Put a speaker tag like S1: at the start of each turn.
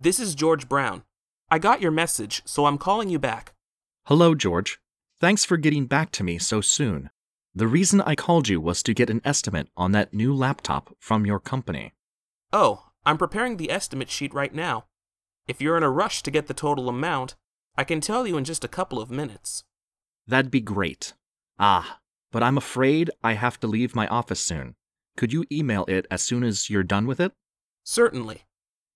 S1: This is George Brown. I got your message, so I'm calling you back.
S2: Hello, George. Thanks for getting back to me so soon. The reason I called you was to get an estimate on that new laptop from your company.
S1: Oh, I'm preparing the estimate sheet right now. If you're in a rush to get the total amount, I can tell you in just a couple of minutes.
S2: That'd be great. Ah, but I'm afraid I have to leave my office soon. Could you email it as soon as you're done with it?
S1: Certainly.